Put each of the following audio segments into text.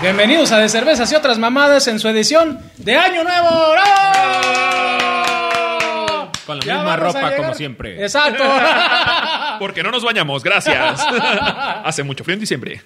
Bienvenidos a De Cervezas y otras mamadas en su edición de Año Nuevo. ¡Bravo! Con la Ya misma vamos a ropa, llegar. como siempre. Exacto. Porque no nos bañamos, gracias. Hace mucho frío en diciembre.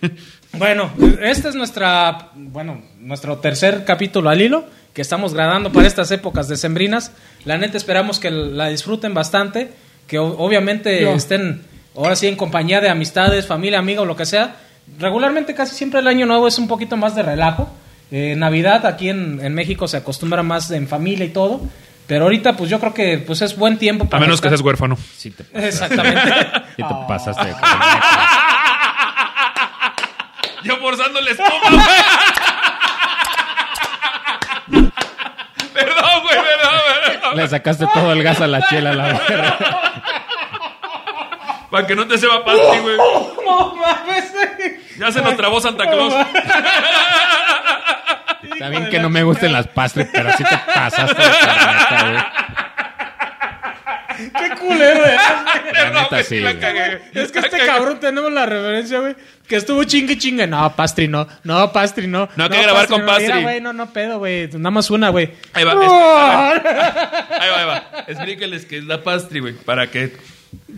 bueno, este es nuestra, bueno, nuestro tercer capítulo al hilo que estamos grabando para estas épocas decembrinas. La neta esperamos que la disfruten bastante, que o- obviamente Yo. estén ahora sí en compañía de amistades, familia, amigos, lo que sea. Regularmente casi siempre el año nuevo es un poquito más de relajo. Eh, Navidad aquí en, en México se acostumbra más en familia y todo. Pero ahorita pues yo creo que pues es buen tiempo A para menos que estar- seas huérfano. Sí te pasaste. Exactamente. Sí te pasaste. cabrón. Yo forzando el estómago. perdón, güey, perdón, perdón. Le sacaste todo el gas a la chela, la verga. Para que no te se va ti, güey. No mames. Ya se nos trabó Santa Claus. Está bien que no me gusten las pastres, pero sí te pasaste de carneta, güey. Qué culero ¿eh? eres. Perdón, neta, güey, sí, la güey. cagué. Es que La este cagué. cabrón tenemos la referencia, güey. Que estuvo chingue chingue. No, Pastri, no. No, Pastri, no. No, hay que grabar con no. Mira, Pastri. güey, no, no pedo, güey. Nada más una, güey. Ahí va, ¡Oh! Ahí va, ahí va. Explíquenles que es la pastry, güey. Para que.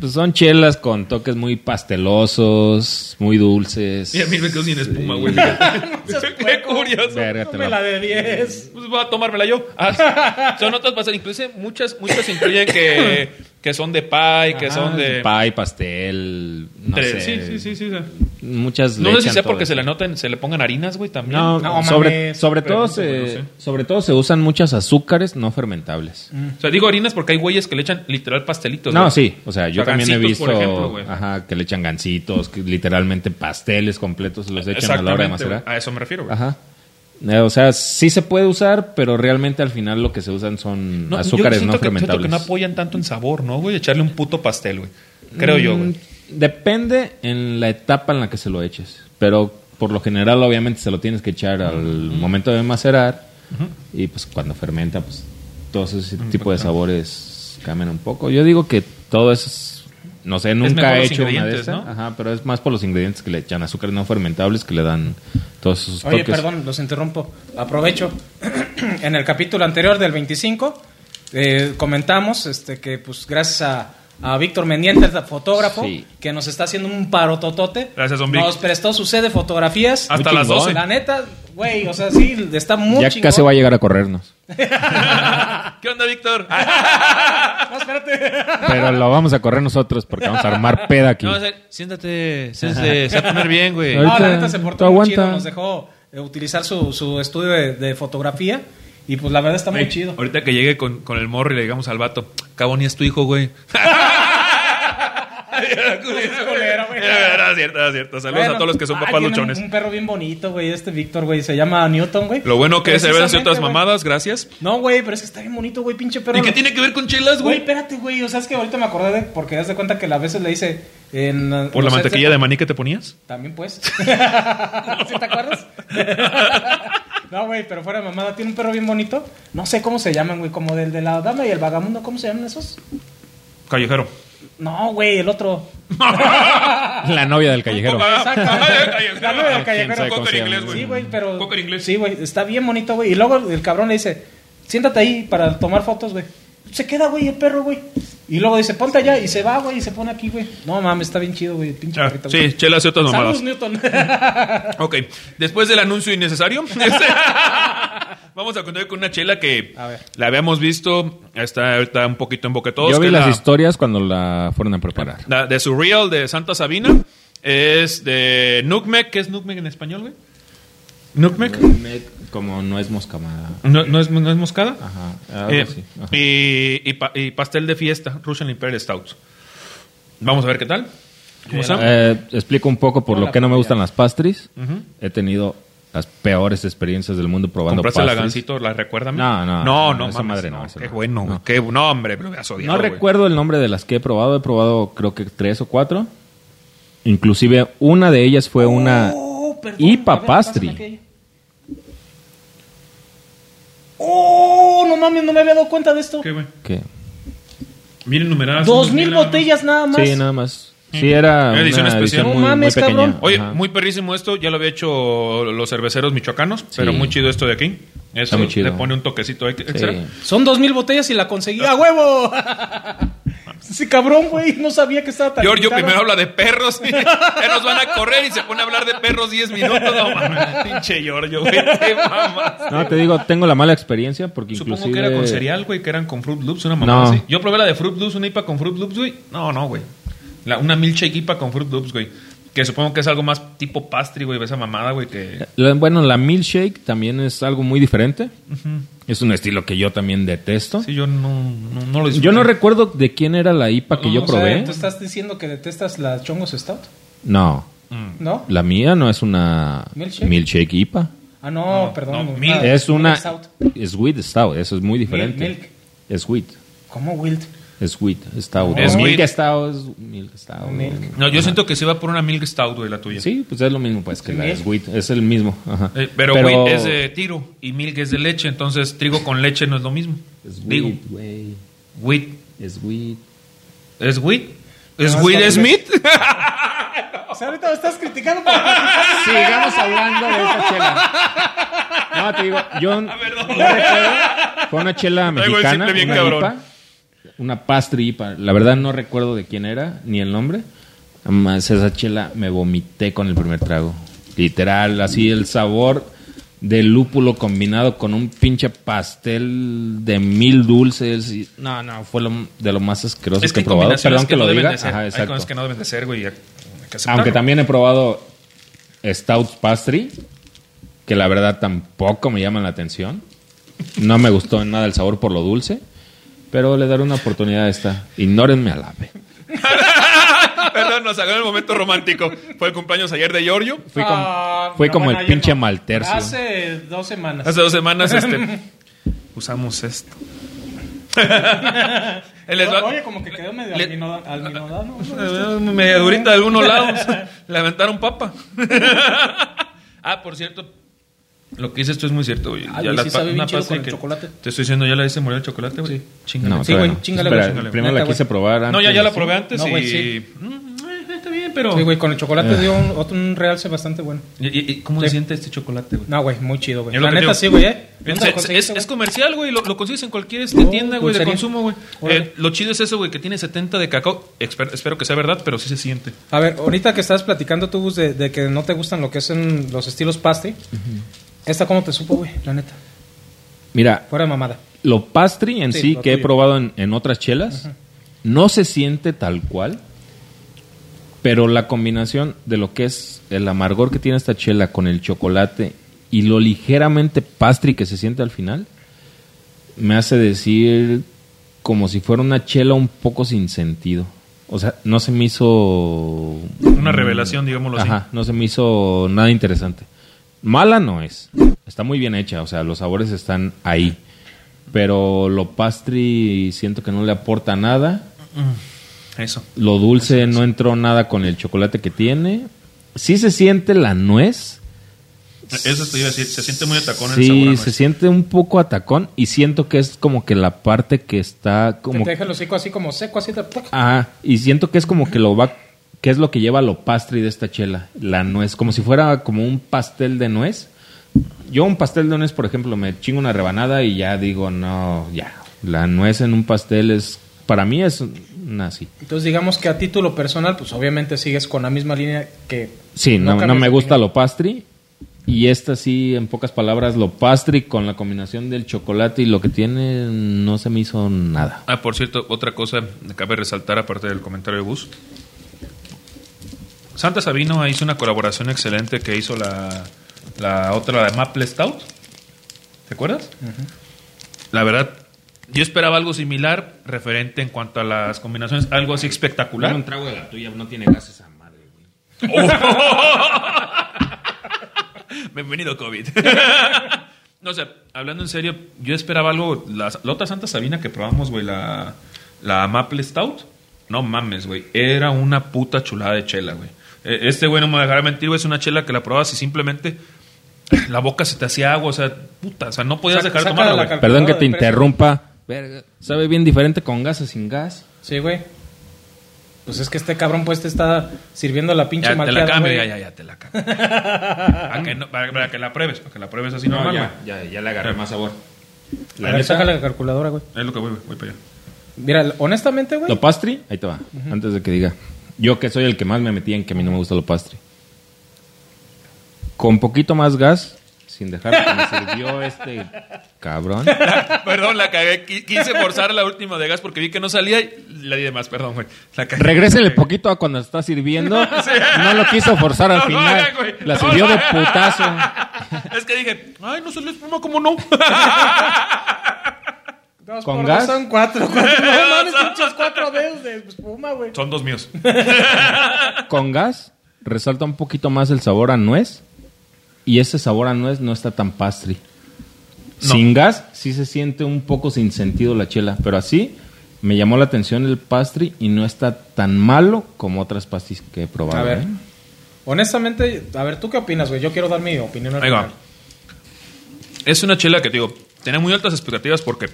Pues son chelas con toques muy pastelosos, muy dulces. Mira, a mí me quedo sin espuma, güey. Pues Qué curioso. Verga, te Tómame la la- de 10. Pues voy a tomármela yo. Ah, son otras pastas. Inclusive muchas, muchas incluyen que, que son de pie, que son de. Pie, pastel, no Tres. sé. Sí, sí, sí, sí. sí. Muchas No le sé si echan sea todo porque eso. se le noten, se le pongan harinas, güey, también. No, No, sobre, mames. sobre, todo Pero, se, bueno, sobre todo se usan muchas azúcares no fermentables. O sea, digo harinas porque hay güeyes que le echan literal pastelitos. No, güey. sí. O sea, yo O sea, también he gancitos, visto por ejemplo, güey. ajá, que le echan gancitos, que literalmente pasteles completos los echan a la hora de Exactamente. güey. macerar. A eso me refiero, güey. Ajá. Eh, O sea, sí se puede usar, pero realmente al final lo que se usan son No, yo azúcares siento no que- siento fermentables. que no apoyan tanto en sabor, ¿no, güey? Echarle un puto pastel, güey. Creo yo, Mm, güey. Depende en la etapa en la que se lo eches. Pero por lo general, obviamente, se lo tienes que echar al momento de macerar. Y pues cuando fermenta, pues todos ese tipo de sabores cambian un poco. Yo digo que todo eso es. No sé, mejor nunca he los hecho una de ingredientes, estas. ¿no? Ajá, pero es más por los ingredientes que le echan azúcares no fermentables que le dan todos esos Oye, toques. perdón, los interrumpo. Aprovecho. en el capítulo anterior del 25 eh, comentamos este, que pues gracias a, a Víctor Mendiente, el fotógrafo, Sí. que nos está haciendo un parototote. Gracias, don Vic. Nos prestó su sede de fotografías. Hasta Muy las chingón. 12. La neta, güey, o sea, sí, está muy Ya chingón. casi va a llegar a corrernos. ¿Qué onda, Víctor? No, espérate. Pero lo vamos a correr nosotros porque vamos a armar peda aquí. No, o sea, siéntate, siéntate, se va a poner bien, güey. Ahorita, No, Ah, la neta se portó tú muy aguanta. chido. Nos dejó eh, utilizar su, su estudio de, de fotografía. Y pues la verdad está muy Güey, chido. Ahorita que llegue con, con el morro y le digamos al vato, cabo ni es tu hijo, güey. Era culero, güey. cierto, era cierto. Saludos Bueno, a todos los que son ah, papás tiene luchones. Un, un perro bien bonito, güey, este Víctor, güey, se llama Newton, güey. Lo bueno que es saber hacer otras Precisamente, güey. mamadas, gracias. No, güey, pero es que está bien bonito, güey, pinche perro. ¿Y qué tiene que ver con Güey, chelas, güey? espérate, güey, o sea, es que ahorita me acordé de, porque das de cuenta que a veces le hice en... eh, ¿Por la no sé, mantequilla este- de maní que te ponías? También, pues. ¿Sí te acuerdas? no, güey, pero fuera de mamada, tiene un perro bien bonito. No sé cómo se llaman, güey, como del de la dama y el vagamundo, ¿cómo se llaman esos? Callejero. No, güey, el otro. La novia del callejero. Ah, Ah, Exacto. La novia del ¿Quién sabe callejero. cómo Cocker se llama? inglés, güey. Sí, güey, pero. Cocker inglés. Sí, güey, está bien bonito, güey. Y luego el cabrón le dice, siéntate ahí para tomar fotos, güey. Se queda, güey, el perro, güey. Y luego dice, ponte allá. Y se va, güey, y se pone aquí, güey. No mames, está bien chido, güey. Pinche Ah, perrito, güey. sí, chelas y otras Saludos, mamadas. Newton. Ok, después del anuncio innecesario, este, vamos a continuar con una chela que A ver. la habíamos visto, está ahorita un poquito en boca de todos. Yo vi que las la- historias cuando la fueron a preparar. La de Surreal, de Santa Sabina. Es de Nukmek. ¿Qué es Nukmek en español, güey? Nukmek. Como no es moscamada. ¿No, no es, no es moscada? Ajá, algo Eh, así, ajá. y, y pa- y pastel de fiesta, Russian Imperial Stout. Vamos a ver qué tal. ¿Cómo está? Eh, explico un poco por lo Hola, que no me papaya. gustan las pastries. He tenido las peores experiencias del mundo probando ¿Compraste la pastries. gancito? ¿La recuérdame? No, no, No, no, no, esa mames, madre no, no, esa Qué no. bueno, güey, No. qué bu- No, hombre, pero me has odiado, No güey. recuerdo el nombre de las que he probado. He probado creo que tres o cuatro. Inclusive una de ellas fue una Oh, perdón, IPA a ver, pastry. pásame aquella. Oh, no mames, no me había dado cuenta de esto. ¿Qué, pues, güey? que... Miren numeradas. Dos mil botellas nada más. Sí, nada más. Sí, era una Mm. Era edición edición especial. muy, No mames, muy pequeña. cabrón. Oye, Ajá. muy perrísimo esto. Ya lo había hecho los cerveceros michoacanos, pero muy chido esto de aquí. Eso muy chido. le pone un toquecito ex- extra. Sí. Son dos mil botellas y la conseguí a huevo. Ese cabrón, güey, no sabía que estaba tan. Giorgio caro. primero habla de perros. y ya nos van a correr y se pone a hablar de perros 10 minutos. No mames, pinche Giorgio, güey. Te mamas. No, te digo, tengo la mala experiencia porque Supongo que inclusive... era con cereal, güey, que eran con Fruit Loops, una mamá No. así. Yo probé la de Fruit Loops, una IPA con Fruit Loops, güey. No, no, güey. La- Una milkshake IPA con Fruit Loops, güey. Que supongo que es algo más tipo pastry, güey, esa mamada, güey, que... La- bueno, la milkshake también es algo muy diferente. Es un estilo que yo también detesto. Sí, yo no, no, no lo disfruté. yo no recuerdo de quién era la IPA que O sea, yo probé. ¿Tú estás diciendo que detestas la Chongos Stout? No, ¿No? la mía no es una ¿Milkshake? milkshake, IPA. Ah, no, No, perdón. no, ah, mil- Es una... Stout. Sweet Stout, eso es muy diferente. milk. Sweet. ¿Cómo, Wilt? Sweet No. Stout. O Milk Sweet. Stout es Milk Stout. Milk. No, yo siento que se va por una milk stout, güey, la tuya. Sí, pues es lo mismo, pues, que Sí, la milk. Sweet. Es el mismo. ajá. Eh, pero, güey, es de tiro y milk es de leche, entonces trigo con leche no es lo mismo. Es Digo, wheat, güey. wheat. Es wheat. ¿Es wheat? ¿Es No, wheat es con Smith? Pues O sea, ahorita me estás criticando por Sigamos hablando de esa chela. No, te digo, yo Ah, Perdón. fue una chela Traigo el mexicana, simple bien una cabrón. IPA, una pastry IPA. La verdad no recuerdo de quién era, ni el nombre. Más esa chela me vomité con el primer trago. Literal, así el sabor de lúpulo combinado con un pinche pastel de mil dulces. y- no, no, fue lo- de lo más asqueroso Es que que he hay probado. combinaciones Perdón que, que no lo deben diga. de ser. Ajá, Hay exacto. cosas que no deben de ser, güey. y hay que aceptarlo. Aunque también he probado Stout Pastry, que la verdad tampoco me llaman la atención. No me gustó en nada el sabor por lo dulce, pero le daré una oportunidad a esta. Ignórenme al ave. Perdón, nos agarró el momento romántico. Fue el cumpleaños ayer de Giorgio. Fui como, Ah, fui no, como bueno, el ayer pinche no. maltercio. Ah, Hace dos semanas. Hace dos semanas este, usamos esto. El esva- Oye, como que quedó medio le- alminoda- alminodano. Eh, Media durita de algunos lados. Le aventaron papa. ah, por cierto. Lo que dices tú es muy cierto, güey. Ah, Ya güey, la sí pa- sabe bien una chido pasta con el que- chocolate. Te estoy diciendo, ya la hice morir el chocolate, güey. Chingale. No, Sí, todavía güey, no. chingale, Espera, güey, chingale. Primero la Neta, quise güey. probar. No, antes ya, ya de la eso. probé antes No, y. güey, sí. Mm, ay, está bien, pero. Sí, güey, con el chocolate dio un, otro- un realce bastante bueno. ¿Y- y- y ¿Cómo se siente este chocolate, güey? No, güey, muy chido, güey. Es lo La que neta digo. sí, güey, ¿eh? ¿Dónde Es, lo es- conseguiste, es- es güey? comercial, güey. Lo, lo consigues en cualquier este, Oh, tienda, güey, de dulcería. consumo, güey. Órale. Eh, lo chido es eso, güey, que tiene 70 de cacao. Esper- espero que sea verdad, pero sí se siente. A ver, ahorita que estás platicando tú, Gus, de, de que no te gustan lo que son los estilos pastry, ¿esta cómo te supo, güey? La neta. Mira, Fuera de mamada. lo pastry en Sí, sí, lo que he tuyo. probado en, en otras chelas no se siente tal cual, pero la combinación de lo que es el amargor que tiene esta chela con el chocolate y lo ligeramente pastry que se siente al final me hace decir como si fuera una chela un poco sin sentido. O sea, no se me hizo Una revelación, digámoslo así. Ajá, no se me hizo nada interesante. Mala no es. Está muy bien hecha, o sea, los sabores están ahí. Pero lo pastry siento que no le aporta nada. Eso. Lo dulce no entró nada con el chocolate que tiene. Sí se siente la nuez. Eso te iba a decir, se siente muy atacón sí, el sabor. a nuez. se siente un poco atacón y siento que es como que la parte que está Que como Ah. te deja el hocico así como seco, así de... Ajá, y siento que es como que lo va. ¿Qué es lo que lleva lo pastry de esta chela? La nuez, como si fuera como un pastel de nuez. Yo un pastel de nuez, por ejemplo, me chingo una rebanada y ya digo, no, ya. La nuez en un pastel es, para mí es una así. Entonces, digamos que a título personal, pues obviamente sigues con la misma línea que... Sí, no, no cambias me de gusta opinión. lo pastry. Y esta sí, en pocas palabras, lo pastry con la combinación del chocolate y lo que tiene, no se me hizo nada. Ah, por cierto, otra cosa que cabe resaltar aparte del comentario de Gus. Santa Sabino hizo una colaboración excelente que hizo la, la otra, la Maple Stout. ¿Te acuerdas? La verdad, yo esperaba algo similar referente en cuanto a las combinaciones, algo así espectacular. trago de la tuya, no tiene gases a madre, Bienvenido, COVID. no sé, hablando en serio, yo esperaba algo. La, la otra Santa Sabina que probamos, güey, la, la Maple Stout. No mames, güey. Era una puta chulada de chela, güey. Eh, Este güey no me dejará mentir, güey. Es una chela que la probabas y simplemente la boca se te hacía agua. O sea, puta, o sea, no podías Saca- dejar de saca tomarla, la güey. cal- Perdón que Calculadora te de precios. interrumpa. Verga, Sabe bien diferente con gas o sin gas. Sí, güey. Pues es que este cabrón pues te está sirviendo la pinche Ya te la malteada, cambio, güey. ya, ya, ya, te la cambio. Para que, no- para- para que la pruebes, para que la pruebes así No, normal, ya, güey. ya, ya le agarré más sabor. A ver, neta- sácale la calculadora, güey. Es lo que voy, güey, voy para allá. Mira, honestamente, güey. Lo pastry, ahí te va. Antes de que diga. Yo que soy el que más me metía en que a mí no me gusta lo pastry. Con poquito más gas, sin dejar que me sirvió este cabrón. Perdón, la cagué. Qui- Quise forzar la última de gas porque vi que no salía y la di de más. Perdón, güey. La cagué. Regrésele poquito a cuando está sirviendo. No lo quiso forzar al No lo final. hagan, güey. La No sirvió lo de hagan. putazo. Es que dije, ay, no salió espuma, ¿cómo no? Dos ¿Con por gas? dos Son cuatro, cuatro. No mames, pinches cuatro dedos de espuma, güey. Son dos míos. Con gas, resalta un poquito más el sabor a nuez. Y ese sabor a nuez no está tan pastry. No. Sin gas, sí se siente un poco sin sentido la chela. Pero así, me llamó la atención el pastry y no está tan malo como otras pastis que he probado. A ver. ¿eh? Honestamente, a ver, ¿tú qué opinas, güey? Yo quiero dar mi opinión. al Ahí va. final. Es una chela que, te digo, tenía muy altas expectativas porque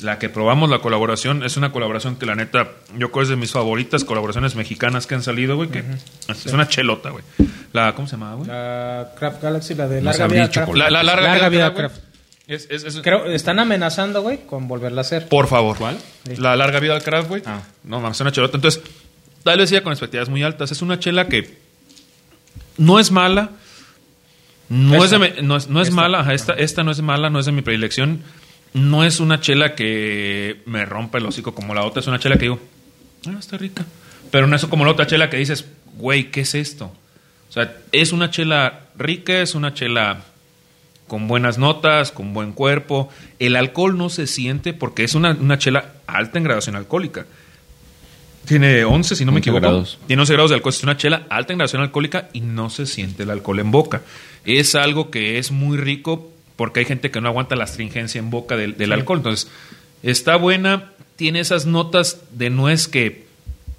la que probamos, la colaboración, es una colaboración que, la neta, yo creo que es de mis favoritas colaboraciones mexicanas que han salido, güey. Que es una chelota, güey. La, ¿Cómo se llamaba, güey? La Craft Galaxy, la de No larga sabría vida. Craft. chocolate. La, la larga, Larga vida güey. Craft. Es, es- es- Creo, están amenazando, güey, con volverla a hacer. Por favor. La larga vida al craft, güey. Ah. No, mames, es una chelota. Entonces, tal vez ya con expectativas muy altas. Es una chela que no es mala. Esta. No es, de mi- no es, no es Esta. Ah. mala. Ajá, Esta, esta no es mala, no es de mi predilección. No es una chela que me rompa el hocico como la otra. Es una chela que digo, ah, está rica. Pero no es como la otra chela que dices, güey, ¿qué es esto? O sea, es una chela rica, es una chela con buenas notas, con buen cuerpo. El alcohol no se siente porque es una, una chela alta en graduación alcohólica. Tiene 11, si no me 11 equivoco. grados. Tiene 11 grados de alcohol. Es una chela alta en graduación alcohólica y no se siente el alcohol en boca. Es algo que es muy rico porque hay gente que no aguanta la astringencia en boca del, del alcohol. Entonces, está buena, tiene esas notas de nuez que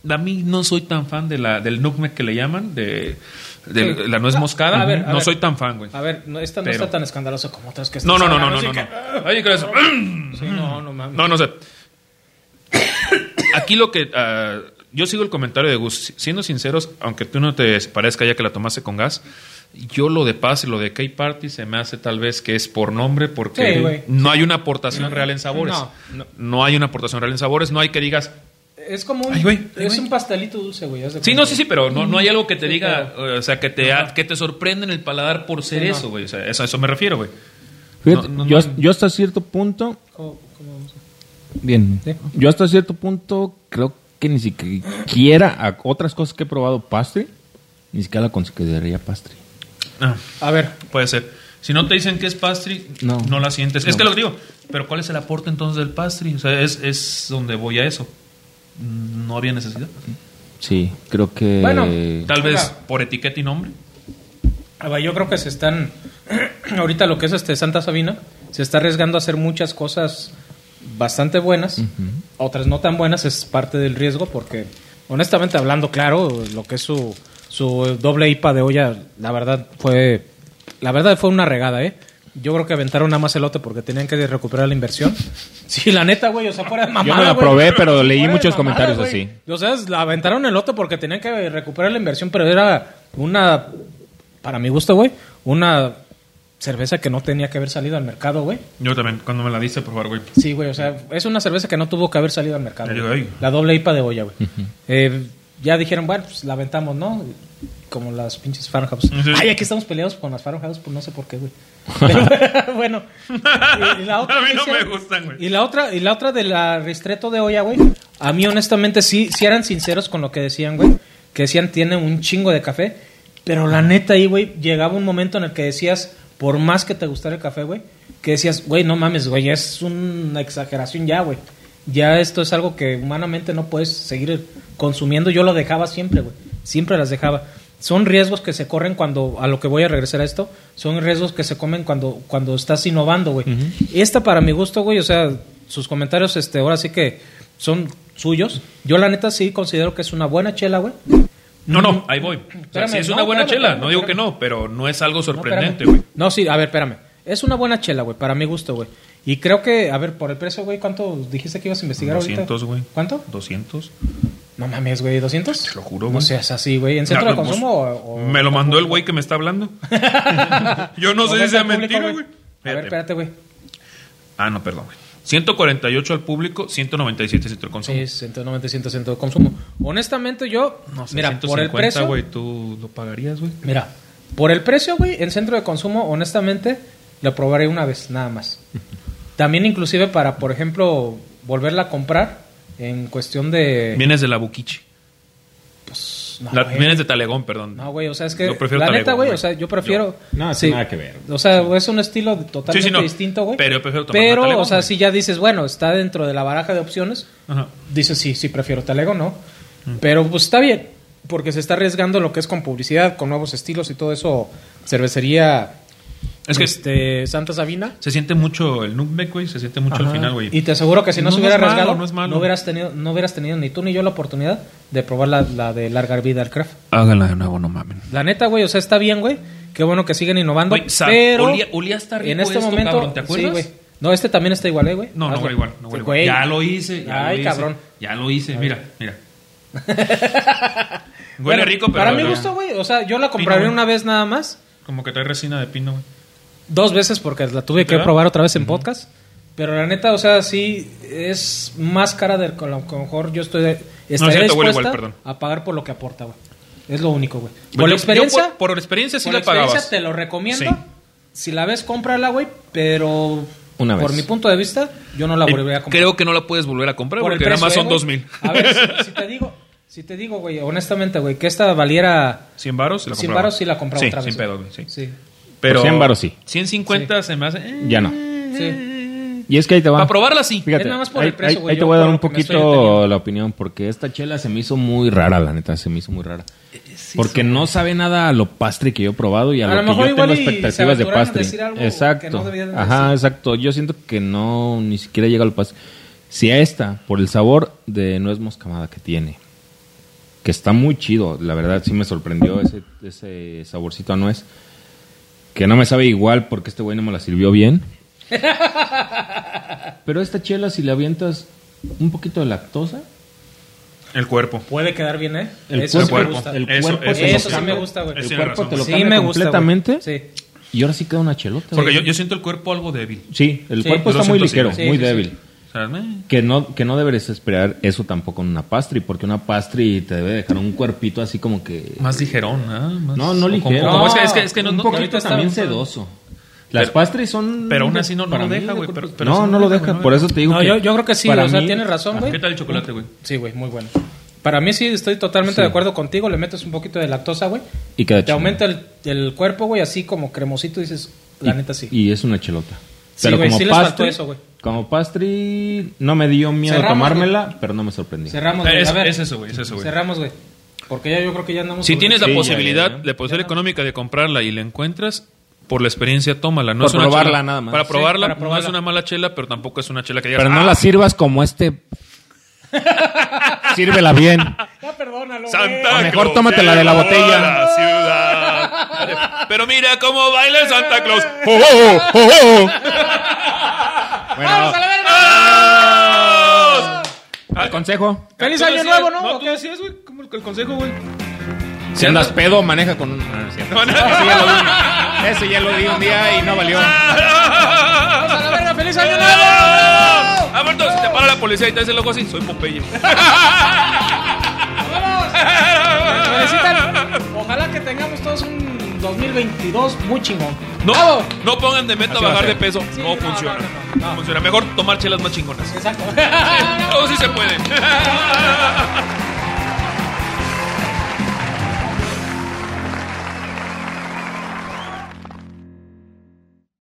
a mí no soy tan fan de la, del nutmeg que le llaman, de, de Sí. la nuez Ah, moscada. a ver, a no ver. Ah, soy tan fan, güey. A ver, no, esta no Pero- está tan escandalosa como otras que están. No, no, no, no, no, sacando, no. así no. Ay, ¿qué es eso? que- Sí, no, no mames. No, no sé. Aquí lo que. ah, yo sigo el comentario de Gus. Siendo sinceros, aunque tú no te parezca ya que la tomaste con gas, yo lo de Paz y lo de K-Party se me hace tal vez que es por nombre porque Sí, güey. no hay una aportación real en sabores. No, no. No hay una aportación real en sabores. No hay que digas. Es como un, Ay, güey, ay, es güey. un pastelito dulce, güey. haz de Sí, cuenta. no, sí, sí, pero no, no hay algo que te Sí, diga, eh, o sea, que te, ha- que te sorprenda en el paladar por ser Sí, no. eso, güey. O sea, eso- a eso me refiero, güey. Fíjate, No, no, yo, no. yo hasta cierto punto. ¿Cómo- cómo vamos a- Bien. Sí. Yo hasta cierto punto creo que ni siquiera a otras cosas que he probado pastry, ni siquiera la consideraría pastry. Ah. A ver, Puede ser. Si no te dicen que es pastry, no, No. la sientes. Es No. que lo que digo, pero ¿cuál es el aporte entonces del pastry? O sea, es, es donde voy a eso. Mm, No había necesidad. Sí, creo que. Bueno, Tal vez Oiga. por etiqueta y nombre. a ver, yo creo que se están. ahorita lo que es este Santa Sabina se está arriesgando a hacer muchas cosas bastante buenas, otras no tan buenas, es parte del riesgo porque, honestamente hablando, claro, lo que es su, su doble IPA de olla, la verdad fue. La verdad fue una regada, ¿eh? Yo creo que aventaron nada más el lote porque tenían que recuperar la inversión. Sí, la neta, güey, o sea, fuera de mamada, la güey. probé, pero leí Fuera de muchos mamada, comentarios güey. así. O sea, la aventaron el lote porque tenían que recuperar la inversión, pero era una, para mi gusto, güey, una cerveza que no tenía que haber salido al mercado, güey. Yo también, cuando me la diste, por favor, güey. Sí, güey, o sea, es una cerveza que no tuvo que haber salido al mercado. Ay, güey. ay. La doble IPA de olla, güey. Eh, ya dijeron, bueno, pues la aventamos, ¿no? Como las pinches farmhouse. Sí. Ay, aquí estamos peleados con las farmhouse, pues no sé por qué, güey. Pero, bueno. Y, y la otra A mí que no hicieron- me gustan, güey. Y la otra, y la otra de la ristreto de olla, güey. A mí, honestamente, sí, sí eran sinceros con lo que decían, güey. Que decían, tiene un chingo de café. Pero la neta ahí, güey, llegaba un momento en el que decías, por más que te gustara el café, güey, que decías, güey, no mames, güey, ya es una exageración ya, güey. Ya esto es algo que humanamente no puedes seguir consumiendo. Yo lo dejaba siempre, güey. Siempre las dejaba. Son riesgos que se corren cuando, a lo que voy a regresar a esto, son riesgos que se comen cuando, cuando estás innovando, güey. Esta para mi gusto, güey, o sea, sus comentarios, este, ahora sí que son suyos. Yo la neta sí considero que es una buena chela, güey. No, no, ahí voy. O sea, Mm. Espérame, sí es no, una buena espérame, chela, espérame, no digo espérame. que no, pero no es algo No, sorprendente, espérame. güey. No, sí, a ver, espérame. Es una buena chela, güey, para mi gusto, güey. Y creo que, a ver, por el precio, güey, ¿cuánto dijiste que ibas a investigar ahorita? 200, güey. ¿Cuánto? 200. No mames, güey, ¿200? Te lo juro, No güey. seas así, güey. ¿En centro Ya, de pues, consumo o, o- Me lo mandó el güey que me está hablando. Yo no o sé venta si sea al público, mentira, güey. A ver, Espérate. espérate, güey. Ah, no, perdón, güey. 148 al público, 197 centro de consumo. Sí, 190 y 100 de consumo. Honestamente, yo, No sé, mira, por el 150, precio, güey, tú lo pagarías, güey. mira, por el precio, güey, en centro de consumo, honestamente, la probaré una vez, nada más. También inclusive para, por ejemplo, volverla a comprar en cuestión de... Vienes de la Buquichi. no, La- güey. vienes de Talegón, perdón. No, güey, o sea, es que Yo prefiero la Talego, neta, güey, güey. o sea, yo prefiero Yo. No, tiene nada que ver. O sea, es un estilo de- totalmente Sí, sí, no. distinto, güey. Pero yo prefiero tomar Pero, Talego, o sea, güey. si ya dices, bueno, está dentro de la baraja de opciones, Ajá. dices, sí, sí prefiero Talego, ¿no? Mm. Pero pues está bien, porque se está arriesgando lo que es con publicidad, con nuevos estilos y todo eso, cervecería Es que este Santa Sabina. se siente mucho el nutmeg, güey. Se siente mucho al Ajá. final, güey. Y te aseguro que si no, No, se no hubiera es malo, arriesgado, no es malo. hubieras tenido, no hubieras tenido ni tú ni yo la oportunidad de probar la, la de larga vida al craft. Háganla de nuevo, no mamen. La neta, güey, o sea, está bien, güey. Qué bueno que siguen innovando. Güey, sa- pero olía- olía hasta rico en este esto, momento, cabrón, ¿te acuerdas? Sí, güey. No, este también está igual, ¿eh, güey. No, no Hazlo. huele igual. No huele Güey, igual. Ya lo hice. Ya Ay, lo hice, cabrón. Ya lo hice. Mira, mira. Huele Bueno, rico, pero. Para mi no. gusto, güey. O sea, yo la compraré Pino, güey. una vez nada más. Como que trae resina de pino, güey. Dos veces porque la tuve que ¿Verdad? probar otra vez en podcast. Pero la neta, o sea, sí es más cara del que a lo mejor yo estoy estaría cierto, huele dispuesta igual, perdón. Pues a pagar por lo que aporta, güey. Es lo único, güey. Yo- Por yo la experiencia, Por, por experiencia sí por la experiencia pagabas. te lo recomiendo. Sí. Si la ves, cómprala, güey. Pero Una por vez. mi punto de vista, yo no la Eh, volvería a comprar. Creo que no la puedes volver a comprar Por el porque nada precio, más eh, son güey. 2000. A ver, si, si te digo, si te digo, güey, honestamente, güey, que esta valiera 100 baros, la 100 compraba. baros sí la compraba Sí, otra vez. sin pedo, güey. güey, sí. sí. Pero 100 varos sí. 150 se me hace. eh, Ya no. Sí. Y es que ahí te va. Para probarla sí. eh, Fíjate, Es nada más por ahí, el precio, ahí- güey, ahí te yo voy a dar por un lo que me estoy poquito deteniendo. la opinión, porque esta chela se me hizo muy rara, la neta, se me hizo muy rara. porque no sabe nada a lo pastre que yo he probado y a, A lo lo que mejor yo tengo igual y se expectativas de aventuraron a pastre. decir algo que no exacto. debían de Ajá, decir. exacto. Yo siento que no, ni siquiera llega al pastre. Si a esta, por el sabor de nuez moscamada que tiene, que está muy chido, la verdad sí me sorprendió ese, ese saborcito a nuez, que no me sabe igual porque este güey no me la sirvió bien. Pero esta chela, si le avientas un poquito de lactosa, El cuerpo. Puede quedar bien, ¿eh? el Eso sí me cuerpo, gusta. el Eso- cuerpo eso- te lo eso sí cambia. me gusta, güey. El Sí, cuerpo razón. te lo Sí, cambia me gusta, completamente. güey. Sí. Y ahora sí queda una chelota. Porque güey. yo, yo siento el cuerpo algo débil. Sí, el Sí, cuerpo yo está muy siento ligero, así, güey. muy Sí, sí, débil. O sea, eh, Que no, que no deberías esperar eso tampoco en una pastry, porque una pastry te debe dejar un cuerpito así como que... Más ligerón, ¿ah? Más- No, no o como- ligero. como es que- No, es que, es que no, un no- poquito ahorita está- también sedoso. Las Pero- pastries son... pero aún así no- no para lo mí deja, de güey, cuerpo- pero- pero no, sí no lo lo deja, deja, güey. por eso te digo No, que... yo, yo creo que sí, para o sea, mí- tienes razón, güey. ¿Qué tal el chocolate, güey? Sí, güey, muy bueno. Para mí sí, estoy totalmente de acuerdo contigo. Le metes un poquito de lactosa, güey. Y queda Te chingón. aumenta el, el cuerpo, güey, así como cremosito. Dices, la Y- neta sí. Y es una chelota. Sí, Pero güey, como sí les faltó pastry... eso, güey. como pastry no me dio miedo Cerramos, tomármela, pero no me sorprendió. Cerramos, Eh, güey. es- a ver. es eso, güey, es eso, güey. Cerramos, güey. Porque ya yo creo que ya andamos. Si sobre- tienes Sí, la ya, posibilidad, ya, ya. la posibilidad económica de comprarla y la encuentras, por la experiencia tómala. No Por es una probarla, chela- nada más. Para Sí, probarla, para no probarla. es una mala chela, pero tampoco es una chela que digas, Pero no "Ah, la sirvas como este. Sírvela bien. Ya perdónalo. Santa O mejor Claus tómatela de la llegó a botella. la ciudad. Pero mira cómo baila el Santa Claus. Bueno, ¡Ah! el consejo. ¡Feliz ¿Tú año decías? nuevo, no! No, ¿O tú qué? decías, güey, como el el consejo, güey. Si andas pedo, maneja con un. Ah, no es cierto. No, no. Eso ya lo di- Eso ya lo di un día y no valió. ¡Vamos a la verga! ¡Feliz año nuevo! ¡Ah! Alberto, Ah, si te para la policía y te hace el ojo así, soy Popeye. Me felicitan. Ojalá que tengamos todos un 2022 muy chingón. No, ¡Bravo! no pongan de meta Así va a bajar de ser. peso. Sí, no, no, funciona. no, No, no, Ah, no. funciona. Mejor tomar chelas más chingonas. Exacto. Todo sí se puede.